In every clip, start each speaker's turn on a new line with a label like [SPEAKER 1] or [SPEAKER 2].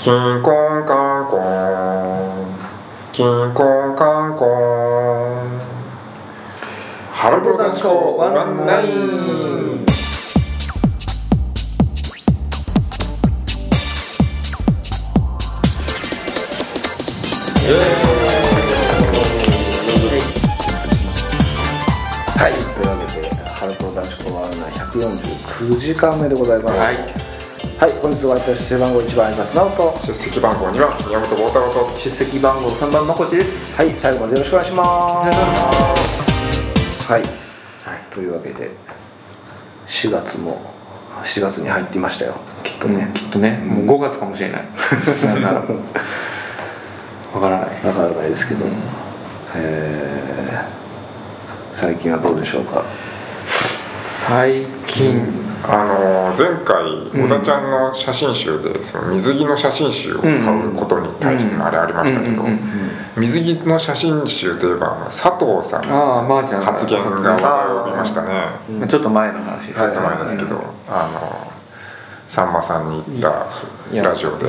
[SPEAKER 1] キンコンカンコンキンコンカンコンハロプロ男子校ワンナイン
[SPEAKER 2] はい、というわけで、ハルコ男子校ワンナ149時間目でございます。
[SPEAKER 1] はい
[SPEAKER 2] はい、本日は私、背番号1番、挨拶直人。
[SPEAKER 1] 出席番号には宮本剛太郎と
[SPEAKER 3] 出席番号3番まこちです
[SPEAKER 2] はい、最後までよろしくお願いします。はい、というわけで、4月も、7月に入っていましたよ、きっとね。
[SPEAKER 3] きっとね、もう5月かもしれないなんなら わからない
[SPEAKER 2] わからないですけど、えー最近はどうでしょうか。
[SPEAKER 3] 最近、
[SPEAKER 1] あのー前回小田ちゃんの写真集でその水着の写真集を買うことに対してのあれありましたけど
[SPEAKER 3] うんうんうん
[SPEAKER 1] 水着の写真集といえばあの佐藤さんの
[SPEAKER 3] ああまー、ちゃんの
[SPEAKER 1] 発言が話題を呼びましたね
[SPEAKER 3] まあちょっと前の話です
[SPEAKER 1] ちょっと前ですけど、
[SPEAKER 3] うん
[SPEAKER 1] あのさんまさんに行ったラジオで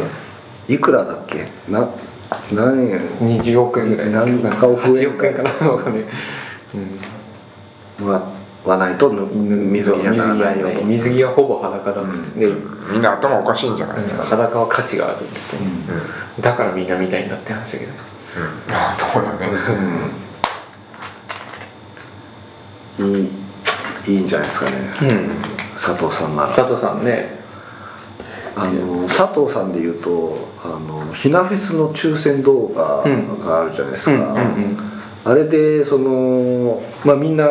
[SPEAKER 2] いくらだっけな、何円
[SPEAKER 3] 20億円ぐらい
[SPEAKER 2] なんか億円
[SPEAKER 3] 8億円かなわかんない
[SPEAKER 2] もらわないとぬ
[SPEAKER 3] うん
[SPEAKER 2] 水着じゃならないよと。
[SPEAKER 3] 水着はほぼ裸だっつって、で
[SPEAKER 1] みんな頭おかしいんじゃないですか、
[SPEAKER 3] 裸は価値があるっつって、
[SPEAKER 1] うんうん
[SPEAKER 3] だからみんな見たいんだって話だけど
[SPEAKER 1] まあそうだね、
[SPEAKER 2] うん、いいんじゃないですかね、
[SPEAKER 3] うん
[SPEAKER 2] 佐藤さんなら
[SPEAKER 3] 佐藤さんね
[SPEAKER 2] あの佐藤さんでいうとあのひなフェスの抽選動画
[SPEAKER 3] うん
[SPEAKER 2] があるじゃないです
[SPEAKER 3] う
[SPEAKER 2] か、
[SPEAKER 3] んうんうん
[SPEAKER 2] あれでその、まあ、みんな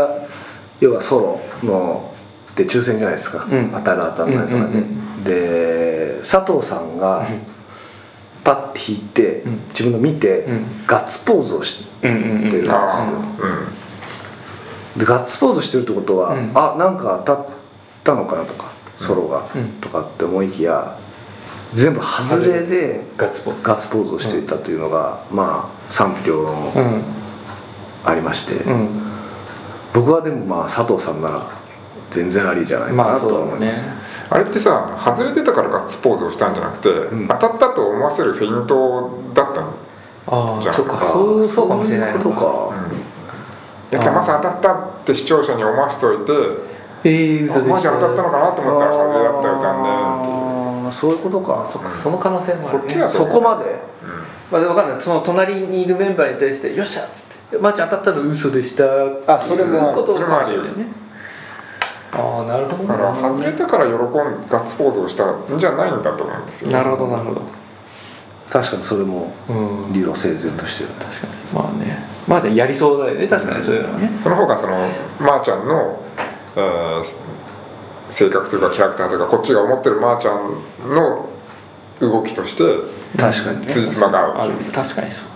[SPEAKER 2] 要はソロので抽選じゃないですか、
[SPEAKER 3] うん
[SPEAKER 2] 当たる当たらないとかで、
[SPEAKER 3] うんうんう
[SPEAKER 2] で佐藤さんがパッて引いて、
[SPEAKER 3] うん
[SPEAKER 2] 自分の見て、
[SPEAKER 3] うん
[SPEAKER 2] ガッツポーズをし
[SPEAKER 3] うんうん
[SPEAKER 2] てるんですよ、
[SPEAKER 1] あ
[SPEAKER 2] でガッツポーズしてるってことは、
[SPEAKER 3] うん
[SPEAKER 2] あなんか当たったのかなとかソロが、
[SPEAKER 3] うん
[SPEAKER 2] とかって思いきや全部外れで
[SPEAKER 3] ガッツポーズ
[SPEAKER 2] ガッツポーズをしていたというのが、まあ賛
[SPEAKER 3] う
[SPEAKER 2] 否
[SPEAKER 3] ん
[SPEAKER 2] ありまして、
[SPEAKER 3] うん
[SPEAKER 2] 僕はでもまあ佐藤さんなら全然ありじゃないか
[SPEAKER 3] ま
[SPEAKER 2] な
[SPEAKER 3] あそ
[SPEAKER 2] と
[SPEAKER 3] う
[SPEAKER 2] は
[SPEAKER 3] だ
[SPEAKER 2] 思いう
[SPEAKER 3] ろ
[SPEAKER 2] ま
[SPEAKER 3] ね
[SPEAKER 1] う
[SPEAKER 2] す、
[SPEAKER 1] ん、あれってさ外れてたからガッツポーズをしたんじゃなくて、
[SPEAKER 2] ん
[SPEAKER 1] 当たったと思わせるフェイントだったの、うん、
[SPEAKER 3] あ
[SPEAKER 1] じゃ
[SPEAKER 3] あ
[SPEAKER 1] あ
[SPEAKER 3] そっか
[SPEAKER 2] あー
[SPEAKER 3] そうそうかもしれない
[SPEAKER 2] そういうことか、
[SPEAKER 1] やったまさ当たったって視聴者に思わせといて
[SPEAKER 3] ええ
[SPEAKER 1] あマジ当たったのかなと思ったら外れだったよ残念っていう
[SPEAKER 2] あーそういうことかそ
[SPEAKER 3] そっかその可能性もあ
[SPEAKER 1] そ
[SPEAKER 3] る
[SPEAKER 1] っ
[SPEAKER 3] ね
[SPEAKER 1] ちが
[SPEAKER 2] そこまで
[SPEAKER 3] まあ分かんないその隣にいるメンバーに対して「よっしゃ」っつって「まーちゃん当たったの嘘でした」
[SPEAKER 2] あそれも
[SPEAKER 3] いうこと
[SPEAKER 1] それも
[SPEAKER 3] か
[SPEAKER 1] あ
[SPEAKER 3] もし
[SPEAKER 1] り得る
[SPEAKER 3] れないねああなるほど
[SPEAKER 1] だから
[SPEAKER 3] な
[SPEAKER 1] 外れたから喜んガッツポーズをしたんじゃないんだと思うんですよ
[SPEAKER 3] なるほどなるほど
[SPEAKER 2] 確かにそれも
[SPEAKER 3] うん
[SPEAKER 2] 理路整然としてる
[SPEAKER 3] 確かにまあねまーちゃんやりそうだよね確かにそういうのはね
[SPEAKER 1] その方がそのまーちゃんの、えー性格というかキャラクターというかこっちが思ってるまーちゃんの動きとして
[SPEAKER 2] 確かにね
[SPEAKER 1] 辻褄が合
[SPEAKER 3] あ
[SPEAKER 1] う
[SPEAKER 3] る確かにそう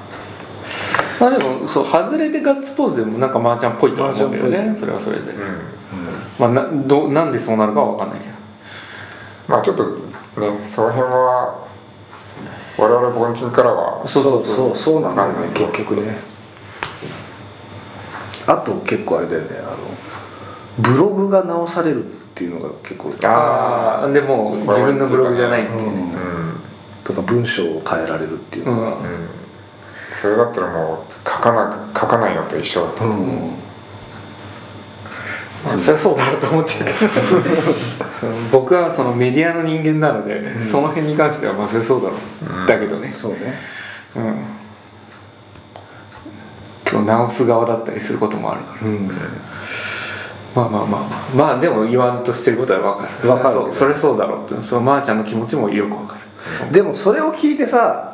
[SPEAKER 3] まあでもそう外れてガッツポーズでもなんかマーちゃんっぽいとは思うけど
[SPEAKER 2] 麻雀
[SPEAKER 3] ねそれはそれで、
[SPEAKER 1] うん
[SPEAKER 3] まあなどなんでそうなるかは分かんないけど
[SPEAKER 1] まあちょっとねその辺は我々凡人からは
[SPEAKER 3] そうそうそう
[SPEAKER 2] そうそうなんだよね
[SPEAKER 1] わかんない
[SPEAKER 2] 結局ねあと結構あれだよねあのブログが直されるっていうのが結構
[SPEAKER 1] あ
[SPEAKER 3] ああでも自分のブログじゃないっていう
[SPEAKER 2] う
[SPEAKER 3] ね
[SPEAKER 2] ん
[SPEAKER 1] うん
[SPEAKER 2] とか文章を変えられるっていう
[SPEAKER 3] う
[SPEAKER 2] のが、
[SPEAKER 3] ん、
[SPEAKER 1] うんそれだったらもう書かな書かないのと一緒だと
[SPEAKER 2] うん
[SPEAKER 3] まあそりゃそうだろうと思っちゃうけど その僕はそのメディアの人間なので、その辺に関してはまあそりゃそうだろう、
[SPEAKER 1] うん
[SPEAKER 3] だけどね
[SPEAKER 2] そうね
[SPEAKER 3] うん結構直す側だったりすることもあるから
[SPEAKER 2] うん
[SPEAKER 3] まあまあまあまあまあでも言わんとしてることは分かる
[SPEAKER 2] わかる
[SPEAKER 3] そうそれそうだろうってそのまーちゃんの気持ちもよく分かるそう
[SPEAKER 2] でもそれを聞いてさ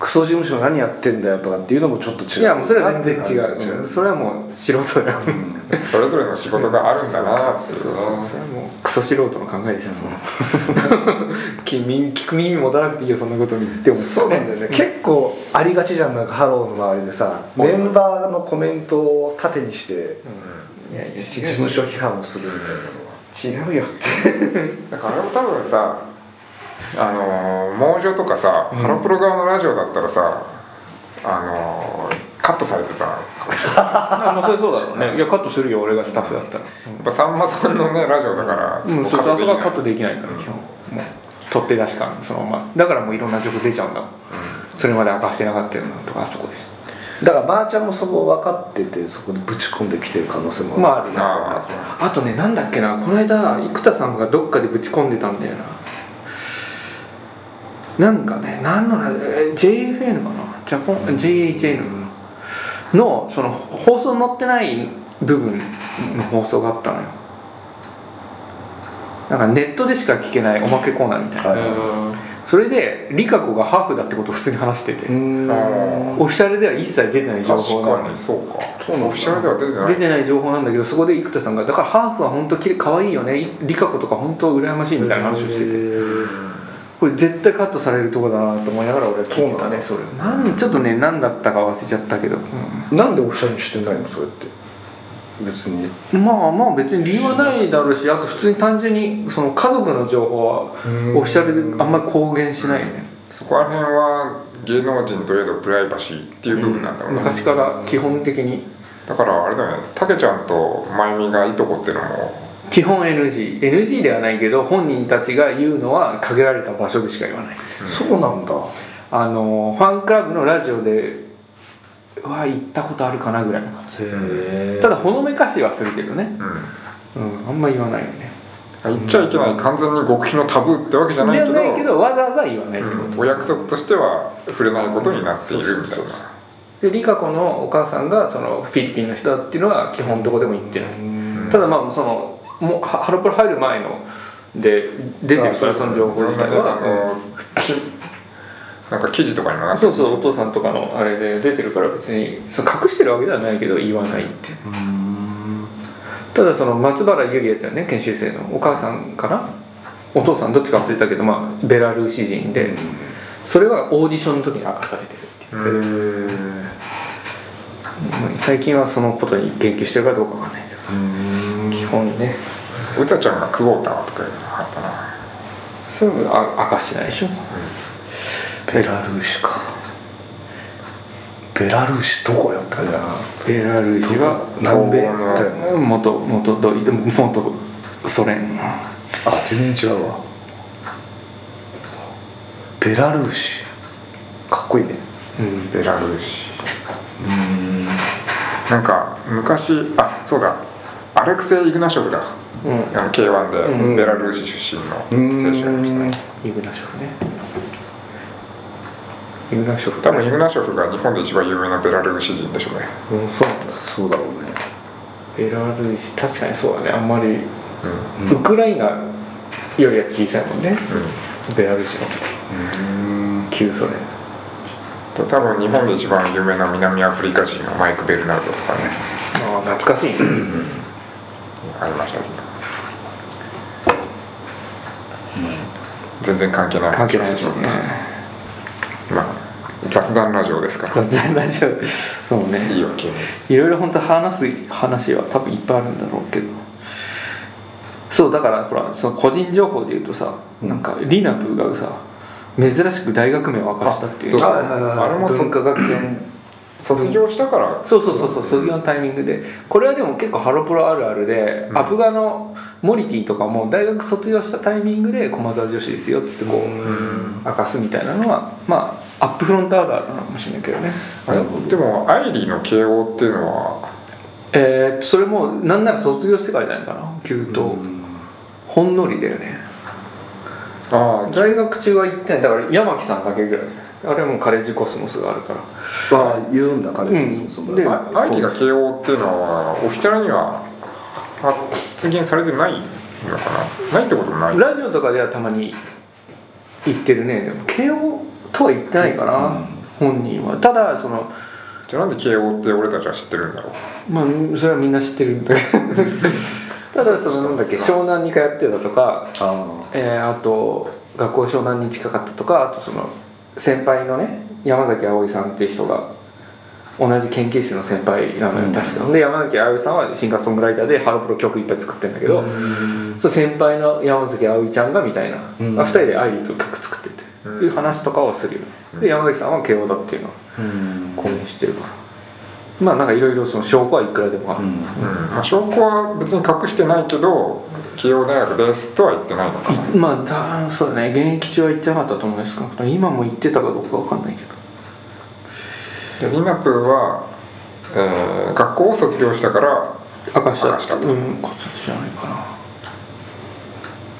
[SPEAKER 2] クソ事務所何やってんだよとかっていうのもちょっと違う
[SPEAKER 3] い
[SPEAKER 2] い
[SPEAKER 3] やもうそれは全然違う
[SPEAKER 2] 違う、
[SPEAKER 3] うんそれはもう素人だよ、
[SPEAKER 1] それぞれの仕事があるんだなってい
[SPEAKER 3] そううそれはもうクソ素人の考えですよ、その 君聞く耳持たなくていいよそんなことにって思った
[SPEAKER 2] そうなんだよね、結構ありがちじゃんなんかハローの周りでさメンバーのコメントを盾にして
[SPEAKER 3] いやいや違う
[SPEAKER 2] 事務所批判をするみたいなのは
[SPEAKER 3] 違うよって
[SPEAKER 1] だからあれも多分さあのー猛女とかさ、ハロプロ側のラジオだったらさあのーカットされてたや
[SPEAKER 3] あまあそれそうだろうねいやカットするよ俺がスタッフだった
[SPEAKER 1] っ
[SPEAKER 3] ら
[SPEAKER 1] ぱさんまさんのねラジオだから
[SPEAKER 3] うん、そう
[SPEAKER 1] こ
[SPEAKER 3] あそこは
[SPEAKER 1] カ
[SPEAKER 3] カ
[SPEAKER 1] ット
[SPEAKER 3] ット
[SPEAKER 1] で
[SPEAKER 3] で
[SPEAKER 1] き
[SPEAKER 3] き
[SPEAKER 1] ない
[SPEAKER 3] ないから基本もう取っ手出し感そのままだからもういろんな曲出ちゃうんだもんそれまで明かしてなかったよなとかあそこで
[SPEAKER 2] だからばあちゃんもそこ分かっててそこでぶち込んできてる可能性も
[SPEAKER 3] まああるな
[SPEAKER 1] あ
[SPEAKER 3] あとねなんだっけなこの間生田さんがどっかでぶち込んでたんだよななんかね何のラジオえー JFN かなジャポン JHN かなのその放送載ってない部分の放送があったのよなんかネットでしか聞けないおまけコーナーみたいな
[SPEAKER 2] はい
[SPEAKER 3] それでリカ子がハーフだってことを普通に話してて、
[SPEAKER 2] うーん
[SPEAKER 1] あ
[SPEAKER 3] オフィシャルでは一切出てない情報
[SPEAKER 1] 確
[SPEAKER 3] な
[SPEAKER 1] か
[SPEAKER 3] の
[SPEAKER 1] にそうか
[SPEAKER 2] そうなんだ
[SPEAKER 1] オフィシャルでは出てない
[SPEAKER 3] 出てない情報なんだけどそこで生田さんが「だからハーフは本当きれ可愛いよねいリカ子とか本当羨ましい」みたいな話をしててこれ絶対カットされるとこだなと思いながら俺は聞いてたねそれなんちょっとね何だったか忘れちゃったけど、
[SPEAKER 2] なんでオフィシャルにしてないのそれって別に
[SPEAKER 3] まあまあ別に理由はないだろうしあと普通に単純にその家族の情報は
[SPEAKER 1] うん
[SPEAKER 3] オフィシャルであんまり公言しないね、
[SPEAKER 1] そこら辺は芸能人といえどプライバシーっていう部分なんだろうね、
[SPEAKER 3] 昔から基本的に
[SPEAKER 1] だからあれだよねたけちゃんとまゆみがいとこっていうのも
[SPEAKER 3] 基本 NGNG ではないけど本人たちが言うのは限られた場所でしか言わない
[SPEAKER 2] そうなんだ
[SPEAKER 3] あのファンクラブのラジオでは行ったことあるかなぐらいの感じ
[SPEAKER 2] へ
[SPEAKER 3] ただほのめかしはするけどね、
[SPEAKER 1] うん
[SPEAKER 3] うん、あんま言わないよね
[SPEAKER 1] 言っちゃいけない完全に極秘のタブーってわけじ
[SPEAKER 3] で
[SPEAKER 1] ゃ
[SPEAKER 3] は
[SPEAKER 1] ないけど
[SPEAKER 3] ないけどわざわざ言わないってこ
[SPEAKER 1] うんお約束としては触れないことになっているみたいな
[SPEAKER 3] とでリカ子のお母さんがそのフィリピンの人だっていうのは基本どこでも言ってないただまあそのもうハハロプロ入る前ので出てるからその情報自体
[SPEAKER 1] なんかね
[SPEAKER 3] は
[SPEAKER 1] きなんか記事とかにもなって
[SPEAKER 3] そうそうお父さんとかのあれで出てるから別にその隠してるわけではないけど言わないっていうただその松原ゆりやちゃんね研修生のお母さんかなお父さんどっちか忘れたけど、まあ、ベラルーシ人でそれはオーディションの時に明かされてるっていう
[SPEAKER 1] うん
[SPEAKER 2] へえ
[SPEAKER 3] まあ最近はそのことに言及してるかどうかわかんないけど基本ね
[SPEAKER 1] うたちゃんがクォーターとかいうのがあったな
[SPEAKER 3] それはあ明かしてないでしょ
[SPEAKER 2] ベラルーシかベラルーシどこよって感じだな
[SPEAKER 3] ベラルーシは
[SPEAKER 2] 南米
[SPEAKER 1] 東欧の
[SPEAKER 2] だよね
[SPEAKER 3] 元元ドイ元ソ連
[SPEAKER 2] あ全然違うわベラルーシかっこいいね
[SPEAKER 3] うん
[SPEAKER 1] ベラルーシなんか昔あそうだアレクセイ・イグナショフだ
[SPEAKER 3] うん
[SPEAKER 1] あの K1 で、
[SPEAKER 3] うん
[SPEAKER 1] ベラルーシ出身の選手がいましたね
[SPEAKER 3] イグナショフねイグナショフ
[SPEAKER 1] 多分イグナショフが日本で一番有名なベラルーシ人でしょうね
[SPEAKER 3] うんそうなんだ
[SPEAKER 2] そうだろうね
[SPEAKER 3] ベラルーシ確かにそうだねあんまり、ウクライナよりは小さいもんね、ベラルーシの旧ソ連
[SPEAKER 1] と多分日本で一番有名な南アフリカ人のマイク・ベルナルドとかね
[SPEAKER 3] ああ懐かしいね
[SPEAKER 1] ありましたけど、全然関係ない
[SPEAKER 3] 関係ないですね
[SPEAKER 1] まあ雑談ラジオですから
[SPEAKER 3] 雑談ラジオそう
[SPEAKER 1] いい
[SPEAKER 3] ね
[SPEAKER 1] よ君
[SPEAKER 3] いろいろ本当話す話は多分いっぱいあるんだろうけどそうだからほらその個人情報で言うとさ、なんかリナブーがさ珍しく大学名を明かしたってい
[SPEAKER 1] そ
[SPEAKER 3] う
[SPEAKER 1] う
[SPEAKER 2] はいはいはい
[SPEAKER 1] あれもそ
[SPEAKER 3] 文化学園
[SPEAKER 1] 卒業したから
[SPEAKER 3] そうそうそうそう卒業のタイミングでこれはでも結構ハロプロあるあるで、アプガのモリティとかも大学卒業したタイミングで駒沢女子ですよっつってこう明かすみたいなのはまあアップフロントあるあるなのかもしれないけどね
[SPEAKER 1] あれでもアイリーの慶応っていうのは
[SPEAKER 3] えーっとそれもなんなら卒業してからじゃないかな急騰ほんのりだよね
[SPEAKER 1] ああ
[SPEAKER 3] 大学中は行ってないだから山木さんだけぐらいあれはもうカレッジコスモスがあるから
[SPEAKER 2] ああ言うんだ彼
[SPEAKER 3] うん
[SPEAKER 2] そうそう
[SPEAKER 3] で
[SPEAKER 1] あアイリーが慶応っていうのはオフィシャルには発言されてないのかなないってこともない
[SPEAKER 3] ラジオとかではたまに言ってるねでも慶応とは言ってないかな、本人はただその
[SPEAKER 1] じゃあなんで慶応って俺たちは知ってるんだろう
[SPEAKER 3] まあそれはみんな知ってるんだけど ただそのなんだっけ湘南に通ってたとか、
[SPEAKER 2] あ
[SPEAKER 3] えーあと学校湘南に近かったとかあとその先輩のね山崎葵さんっていう人が同じ研究室の先輩なのよ、
[SPEAKER 2] うん
[SPEAKER 3] 確かで山崎葵さんはシンガーソングライターでハロプロ曲いっぱい作ってるんだけど、そう先輩の山崎葵ちゃんがみたいな、
[SPEAKER 2] うん
[SPEAKER 3] あ2人でアイリーと曲作ってて、
[SPEAKER 1] うん
[SPEAKER 3] っていう話とかをするよねで山崎さんは慶応だっていうのは
[SPEAKER 2] あうん
[SPEAKER 3] 公言してるからまあなんかいろいろその証拠はいくらでもある、
[SPEAKER 2] ん
[SPEAKER 1] まあ、証拠は別に隠してないけど慶応大学ですとは言ってないのかない
[SPEAKER 3] まあだそうだね現役中は行ってなかったと思うんですけど今も行ってたかどうかわかんないけど
[SPEAKER 1] でリナプーは、えー学校を卒業したから
[SPEAKER 3] 明かした
[SPEAKER 1] 明かしたと
[SPEAKER 3] うん骨折じゃないかな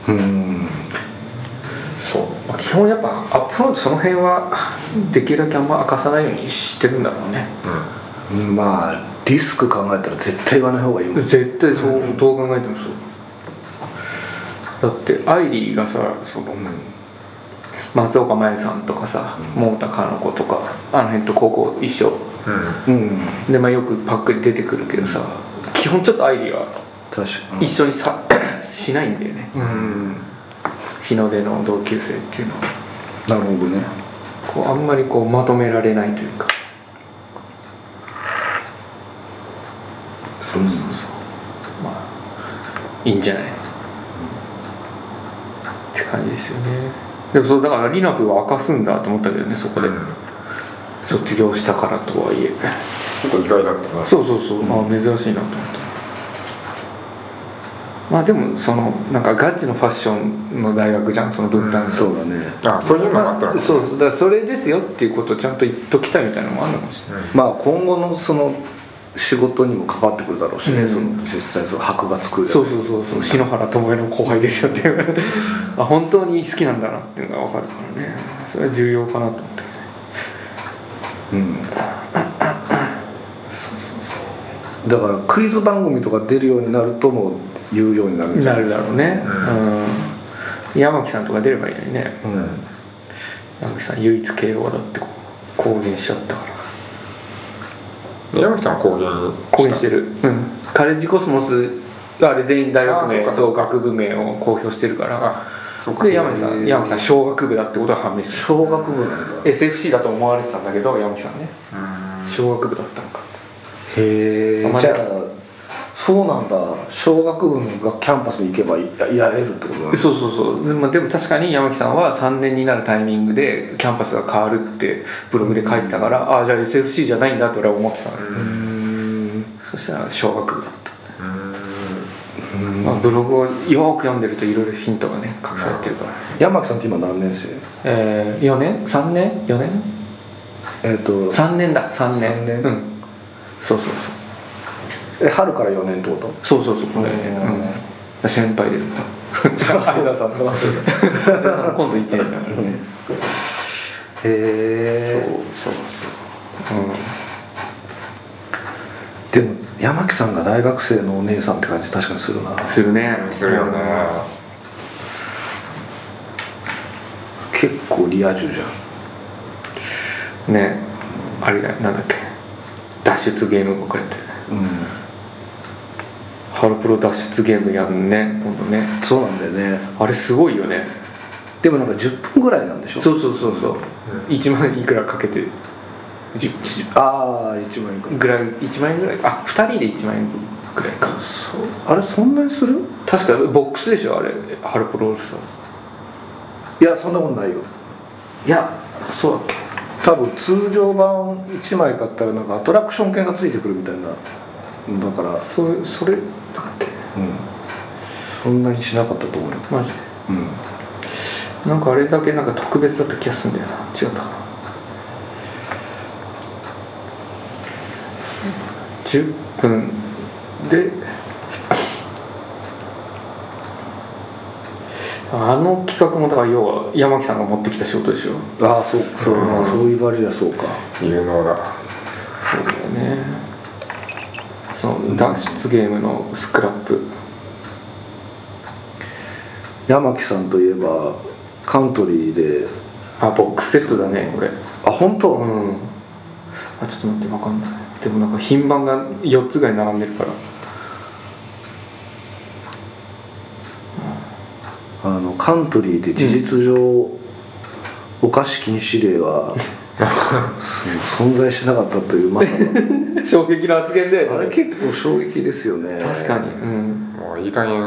[SPEAKER 2] うん
[SPEAKER 3] そう、まあ、基本やっぱアップロードその辺はできるだけあんま明かさないようにしてるんだろうね
[SPEAKER 2] まあリスク考えたら絶対言わない方がいいもん
[SPEAKER 3] 絶対そう、どう考えてもそうだってアイリーがさその、松岡茉優さんとかさ桃田佳菜子とかあの辺と高校一緒
[SPEAKER 1] うん、
[SPEAKER 2] うん
[SPEAKER 3] で、まあ、よくパックに出てくるけどさ基本ちょっとアイリーは
[SPEAKER 2] 確かに
[SPEAKER 3] 一緒にさ、 しないんだよね
[SPEAKER 1] うん
[SPEAKER 3] 日の出の同級生っていうのは
[SPEAKER 2] なるほどね
[SPEAKER 3] こうあんまりこうまとめられないというか
[SPEAKER 2] そうそうそう
[SPEAKER 3] まあいいんじゃない、って感じですよねでもそうだからリナプは明かすんだと思ったけどねそこで、
[SPEAKER 1] うん
[SPEAKER 3] 卒業したからとはいえ
[SPEAKER 1] ちょっと意外だったな
[SPEAKER 3] そうそうそう、まあ珍しいなと思ったまあでもそのなんかガチのファッションの大学じゃんその分担
[SPEAKER 2] そううだね
[SPEAKER 1] あそういうのがあったの
[SPEAKER 3] まあ、そうそうだからそれですよっていうことをちゃんと言っときたいみたいなのもあるのかもしれない
[SPEAKER 2] まあ今後のその仕事にも関わってくるだろうしね、
[SPEAKER 3] うん
[SPEAKER 2] その実際その箔が作る
[SPEAKER 3] そうそうそうそう篠原智恵の後輩ですよっていう あ本当に好きなんだなっていうのが分かるからねそれは重要かなと思って
[SPEAKER 2] うんだからクイズ番組とか出るようになるとも言うようになるんじゃ
[SPEAKER 3] なんるだろうねうん、山木さんとか出ればいいのにね
[SPEAKER 2] うん
[SPEAKER 3] 山木さん唯一慶応だって公言しちゃったから
[SPEAKER 1] 山木さんは公言
[SPEAKER 3] 公言してるうんカレッジコスモスがあれ全員大学
[SPEAKER 1] あそう
[SPEAKER 3] 名
[SPEAKER 1] か
[SPEAKER 3] と学部名を公表してるから
[SPEAKER 1] そうか
[SPEAKER 3] で
[SPEAKER 1] そうか
[SPEAKER 3] 山木さん山木さん小学部だってことが判明してる
[SPEAKER 2] 小学部なんだへ
[SPEAKER 3] SFC だと思われてたんだけど山木さんね小学部だったのか
[SPEAKER 2] え
[SPEAKER 3] あ
[SPEAKER 2] じゃあそうなんだ小学部がキャンパスに行けばいやれるってことなんだ
[SPEAKER 3] そうそうそうで,、まあ、でも確かに山木さんは3年になるタイミングでキャンパスが変わるってブログで書いてたから、ああじゃあ SFC じゃないんだって俺は思ってたのよ、そしたら小学部だった、まあ、ブログをよく読んでるといろいろヒントがね隠されてるから、
[SPEAKER 2] 山木さんって今何年生
[SPEAKER 3] えー、4年3年4年
[SPEAKER 2] えっ、と
[SPEAKER 3] 3年だ3年
[SPEAKER 2] 三年
[SPEAKER 3] うんそうそう
[SPEAKER 2] え春から4年ってこと
[SPEAKER 3] そうそうそうそうこれ、ね
[SPEAKER 2] うん
[SPEAKER 3] うん、先輩で言った
[SPEAKER 2] そうだそうだ
[SPEAKER 3] 今度1年だからね、
[SPEAKER 2] へえ
[SPEAKER 3] そうそう
[SPEAKER 2] でも山木さんが大学生のお姉さんって感じ確かにするな
[SPEAKER 3] うんするね
[SPEAKER 1] するよね
[SPEAKER 2] 結構リア充じゃん
[SPEAKER 3] ねあれだよなんだっけ脱出ゲームばっかりやってるね
[SPEAKER 2] うん
[SPEAKER 3] ハロプロ脱出ゲームやるね今度ね
[SPEAKER 2] そうなんだよね
[SPEAKER 3] あれすごいよね
[SPEAKER 2] でもなんか10分ぐらいなんでしょ
[SPEAKER 3] そうそうそうそう、1万いくらかけてじ
[SPEAKER 2] ああ1万いくら
[SPEAKER 3] ぐらい1万円ぐらいあ二2人で1万円ぐらいか
[SPEAKER 2] あれそんなにする
[SPEAKER 3] 確かボックスでしょあれハロプロオールスターズ
[SPEAKER 2] いやそんなことないよ
[SPEAKER 3] いやそうだっけ
[SPEAKER 2] 多分通常版1枚買ったらなんかアトラクション券がついてくるみたいなだからうん
[SPEAKER 3] そそれだっけ
[SPEAKER 2] そんなにしなかったと思うよ
[SPEAKER 3] マジで
[SPEAKER 2] うん
[SPEAKER 3] なんかあれだけなんか特別だった気がするんだよな違ったかな10分であの企画もだから要は山木さんが持ってきた仕事でしょ
[SPEAKER 2] ああそうそう,、まあ、そう言われりゃそうか
[SPEAKER 1] 有能だ
[SPEAKER 3] そうだよねその脱出ゲームのスクラップ
[SPEAKER 2] 山木さんといえばカントリーで
[SPEAKER 3] あボックスセットだねこれ
[SPEAKER 2] あ本当、
[SPEAKER 3] うんあちょっと待ってわかんないでもなんか品番が4つぐらい並んでるから
[SPEAKER 2] あのカントリーで事実上、お菓子禁止令 はそう存在しなかったというまさ か
[SPEAKER 3] 衝撃の発言で
[SPEAKER 2] あれ結構衝撃ですよね
[SPEAKER 3] 確かに、うん、
[SPEAKER 1] もういい加減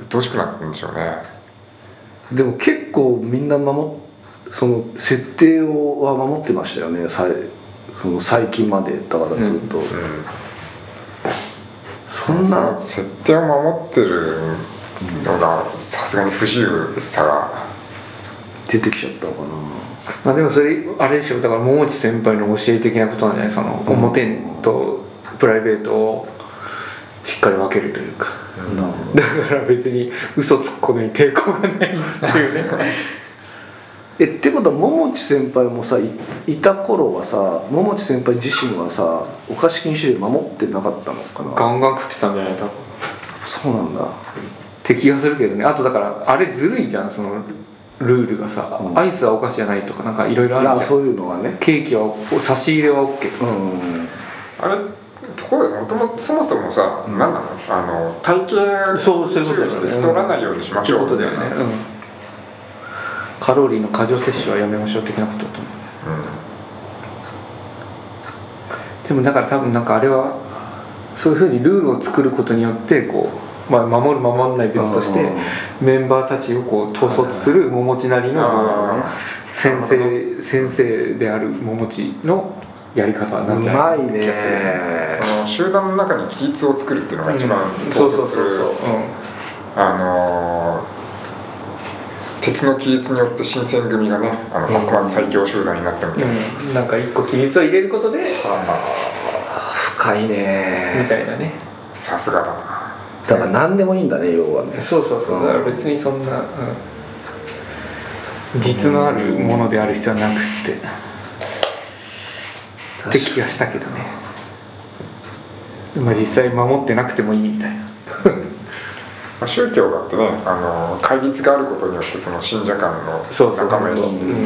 [SPEAKER 1] 鬱陶しくなってるんでしょうね
[SPEAKER 2] でも結構みんな守っその設定をは守ってましたよねさいその最近までだからずっと、そんな
[SPEAKER 1] 設定を守ってるのがさすがに不自由さが
[SPEAKER 2] 出てきちゃったのかな
[SPEAKER 3] まあでもそれあれでしょだから桃内先輩の教え的なことなんじゃないその表とプライベートをしっかり分けるというか
[SPEAKER 2] なるほど
[SPEAKER 3] だから別に嘘つくことに抵抗がないっていうね
[SPEAKER 2] えってことは桃地先輩もさいいた頃はさ桃地先輩自身はさお菓子禁止令守ってなかったのかな
[SPEAKER 3] ガンガン食ってたんじゃない多分
[SPEAKER 2] そうなんだ
[SPEAKER 3] って気がするけどねあとだからあれずるいじゃんそのルールがさ、
[SPEAKER 2] うん
[SPEAKER 3] アイスはお菓子じゃないとかなんかいろいろあ
[SPEAKER 2] あ
[SPEAKER 3] るじゃん
[SPEAKER 2] そういうのがね
[SPEAKER 3] ケーキはお差し入れは OK と
[SPEAKER 2] う
[SPEAKER 3] か、
[SPEAKER 2] ん
[SPEAKER 1] あれところでもともとそもそもさ、
[SPEAKER 2] うん
[SPEAKER 1] 何なのあの体型
[SPEAKER 3] そうそういうことだよね
[SPEAKER 1] 注意して太らないようにしましょう
[SPEAKER 3] ってこと
[SPEAKER 1] み
[SPEAKER 3] だ
[SPEAKER 1] た
[SPEAKER 3] よ
[SPEAKER 1] い
[SPEAKER 3] ね、
[SPEAKER 1] な
[SPEAKER 3] うん、カロリーの過剰摂取はやめましょう的なことだと思うでもだから多分なんかあれはそういうふうにルールを作ることによってこう、まあ、守る守らない別としてメンバーたちをこう統率する桃地なりの
[SPEAKER 1] あ
[SPEAKER 3] 先生先生である桃地のやり方なんじゃない
[SPEAKER 2] うんうまいね
[SPEAKER 3] 気がする
[SPEAKER 1] ーその集団の中に規律を作るっていうのが一番
[SPEAKER 3] うんそ
[SPEAKER 1] 統
[SPEAKER 3] うそ
[SPEAKER 1] 率す
[SPEAKER 3] うそうそう
[SPEAKER 1] る、あのー鉄の規律によって新選組がねあの
[SPEAKER 3] うん
[SPEAKER 1] 幕末最強集団になったみたいな、
[SPEAKER 3] うんうん、なんか一個規律を入れることで
[SPEAKER 2] 深い
[SPEAKER 3] み
[SPEAKER 2] ね
[SPEAKER 3] たいなね
[SPEAKER 1] さすがだな
[SPEAKER 2] だから何でもいいんだね要はね
[SPEAKER 3] そうそうそう
[SPEAKER 2] うん
[SPEAKER 3] だから別にそんな、うん実のあるものである必要はなくってって気がしたけどねまあ実際守ってなくてもいいみたいな
[SPEAKER 1] まあ宗教だってね、あのー戒律があることによってその信者間の
[SPEAKER 3] そうそうそう
[SPEAKER 1] 仲間
[SPEAKER 3] そう、
[SPEAKER 1] に
[SPEAKER 3] うん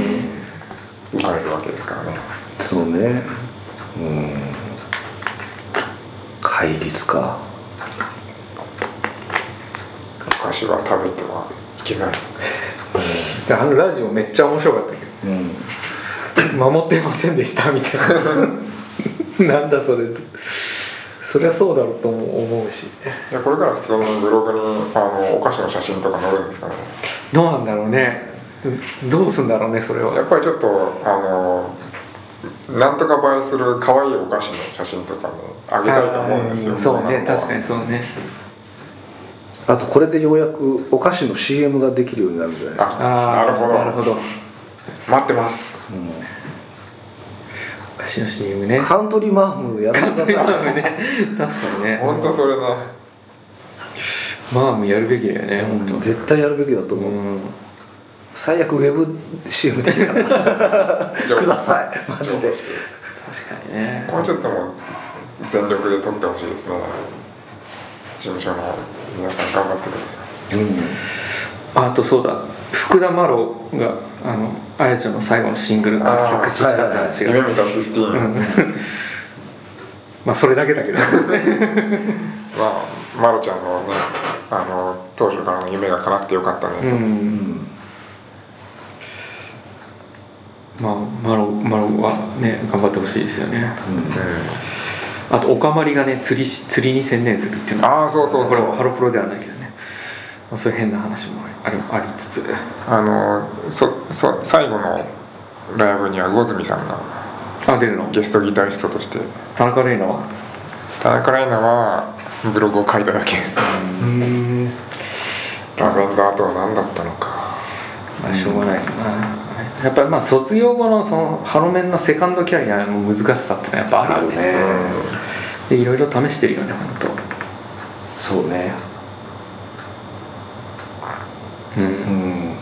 [SPEAKER 1] 生まれるわけですからね
[SPEAKER 2] そうねうん戒律か
[SPEAKER 1] お菓子は食べてはいけない
[SPEAKER 3] であのラジオめっちゃ面白かったけ
[SPEAKER 2] うん
[SPEAKER 3] ど「 守ってませんでした」みた いななんだそれそりゃそうだろうとも思うし
[SPEAKER 1] いやこれから普通のブログにあのお菓子の写真とか載るんですかね
[SPEAKER 3] どうなんだろうねどどうすんだろうねそれ
[SPEAKER 1] や
[SPEAKER 3] は
[SPEAKER 1] っぱりちょっとあのなんとか映えする可愛いお菓子の写真とかもあげたいと思うんですよ、
[SPEAKER 3] あーそうね
[SPEAKER 1] 女の子は
[SPEAKER 3] 確かにそうね
[SPEAKER 2] あとこれでようやくお菓子の CM ができるようになるんじゃないですか
[SPEAKER 1] あ
[SPEAKER 3] ああ
[SPEAKER 1] なるほど
[SPEAKER 3] なるほど
[SPEAKER 1] 待ってます
[SPEAKER 3] お菓子の CM ね
[SPEAKER 2] カントリーマームやめてくだ
[SPEAKER 3] マ
[SPEAKER 2] さ
[SPEAKER 3] ームね確かにね
[SPEAKER 1] 本当それな
[SPEAKER 3] マームやるべきだよね本当
[SPEAKER 2] い絶対やるべきだと
[SPEAKER 3] う
[SPEAKER 2] 思う、
[SPEAKER 3] ん
[SPEAKER 2] 最悪ウェブ CM でいいから
[SPEAKER 1] じゃあ
[SPEAKER 2] くださいマジで
[SPEAKER 3] 確かにね
[SPEAKER 1] これちょっともう全力で撮ってほしいですね事務所の皆さん頑張ってください
[SPEAKER 2] うん
[SPEAKER 3] あとそうだ福田麻呂があのあやちゃんの最後のシングルから作詞したって話が
[SPEAKER 1] 夢見た15、
[SPEAKER 3] うんまあそれだけだけど
[SPEAKER 1] まあまろちゃんのねあの当初からの夢が叶ってよかったねと、
[SPEAKER 3] うんまあマロマロはね頑張ってほしいですよねあとおかまりがね釣りし釣りに専念するっていうの
[SPEAKER 1] ああそうそう
[SPEAKER 3] こ
[SPEAKER 1] そ
[SPEAKER 3] れ
[SPEAKER 1] う
[SPEAKER 3] はハロプロではないけどね、まあ、そういう変な話もありありつつ
[SPEAKER 1] あのそそ最後のライブには魚住さんが
[SPEAKER 3] あ出るの
[SPEAKER 1] ゲストギタリストとして
[SPEAKER 3] 田中玲奈は
[SPEAKER 1] 田中ライナはブログを書いただけ
[SPEAKER 3] うん
[SPEAKER 1] ラベンダーとは何だったのか
[SPEAKER 3] まあしょうがないよなやっぱりまあ卒業後のそのハロメンのセカンドキャリアの難しさってのはやっぱあ
[SPEAKER 2] あ
[SPEAKER 3] るよ
[SPEAKER 2] る
[SPEAKER 3] ね
[SPEAKER 2] ね
[SPEAKER 3] でいろいろ試してるよね本
[SPEAKER 2] そうね
[SPEAKER 3] 当う
[SPEAKER 2] うんん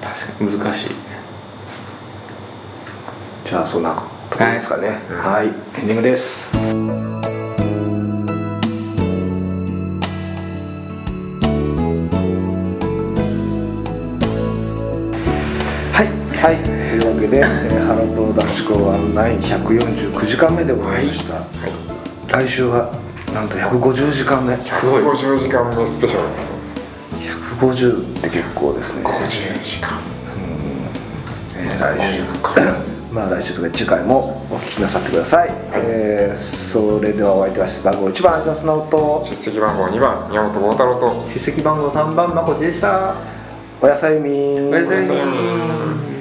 [SPEAKER 3] 確かに難しい
[SPEAKER 2] じゃあそんなところですかねはい、エンディングです
[SPEAKER 3] はい
[SPEAKER 2] はいというわけで、えーハロプロ男子校案内149時間目でございました、来週はなんと150時間目
[SPEAKER 3] すごい
[SPEAKER 1] 50時間のスペシャルですね
[SPEAKER 2] 150って結構ですね
[SPEAKER 1] 50時間
[SPEAKER 2] えー来週まあ来週 とか次回もお聞きなさってください、えーそれではお相手は番号1番相沢素直と
[SPEAKER 1] 出席番号2番宮本剛太郎と
[SPEAKER 3] 出席番号3番まこちでした
[SPEAKER 2] おやさゆみ
[SPEAKER 3] おやすみ
[SPEAKER 1] み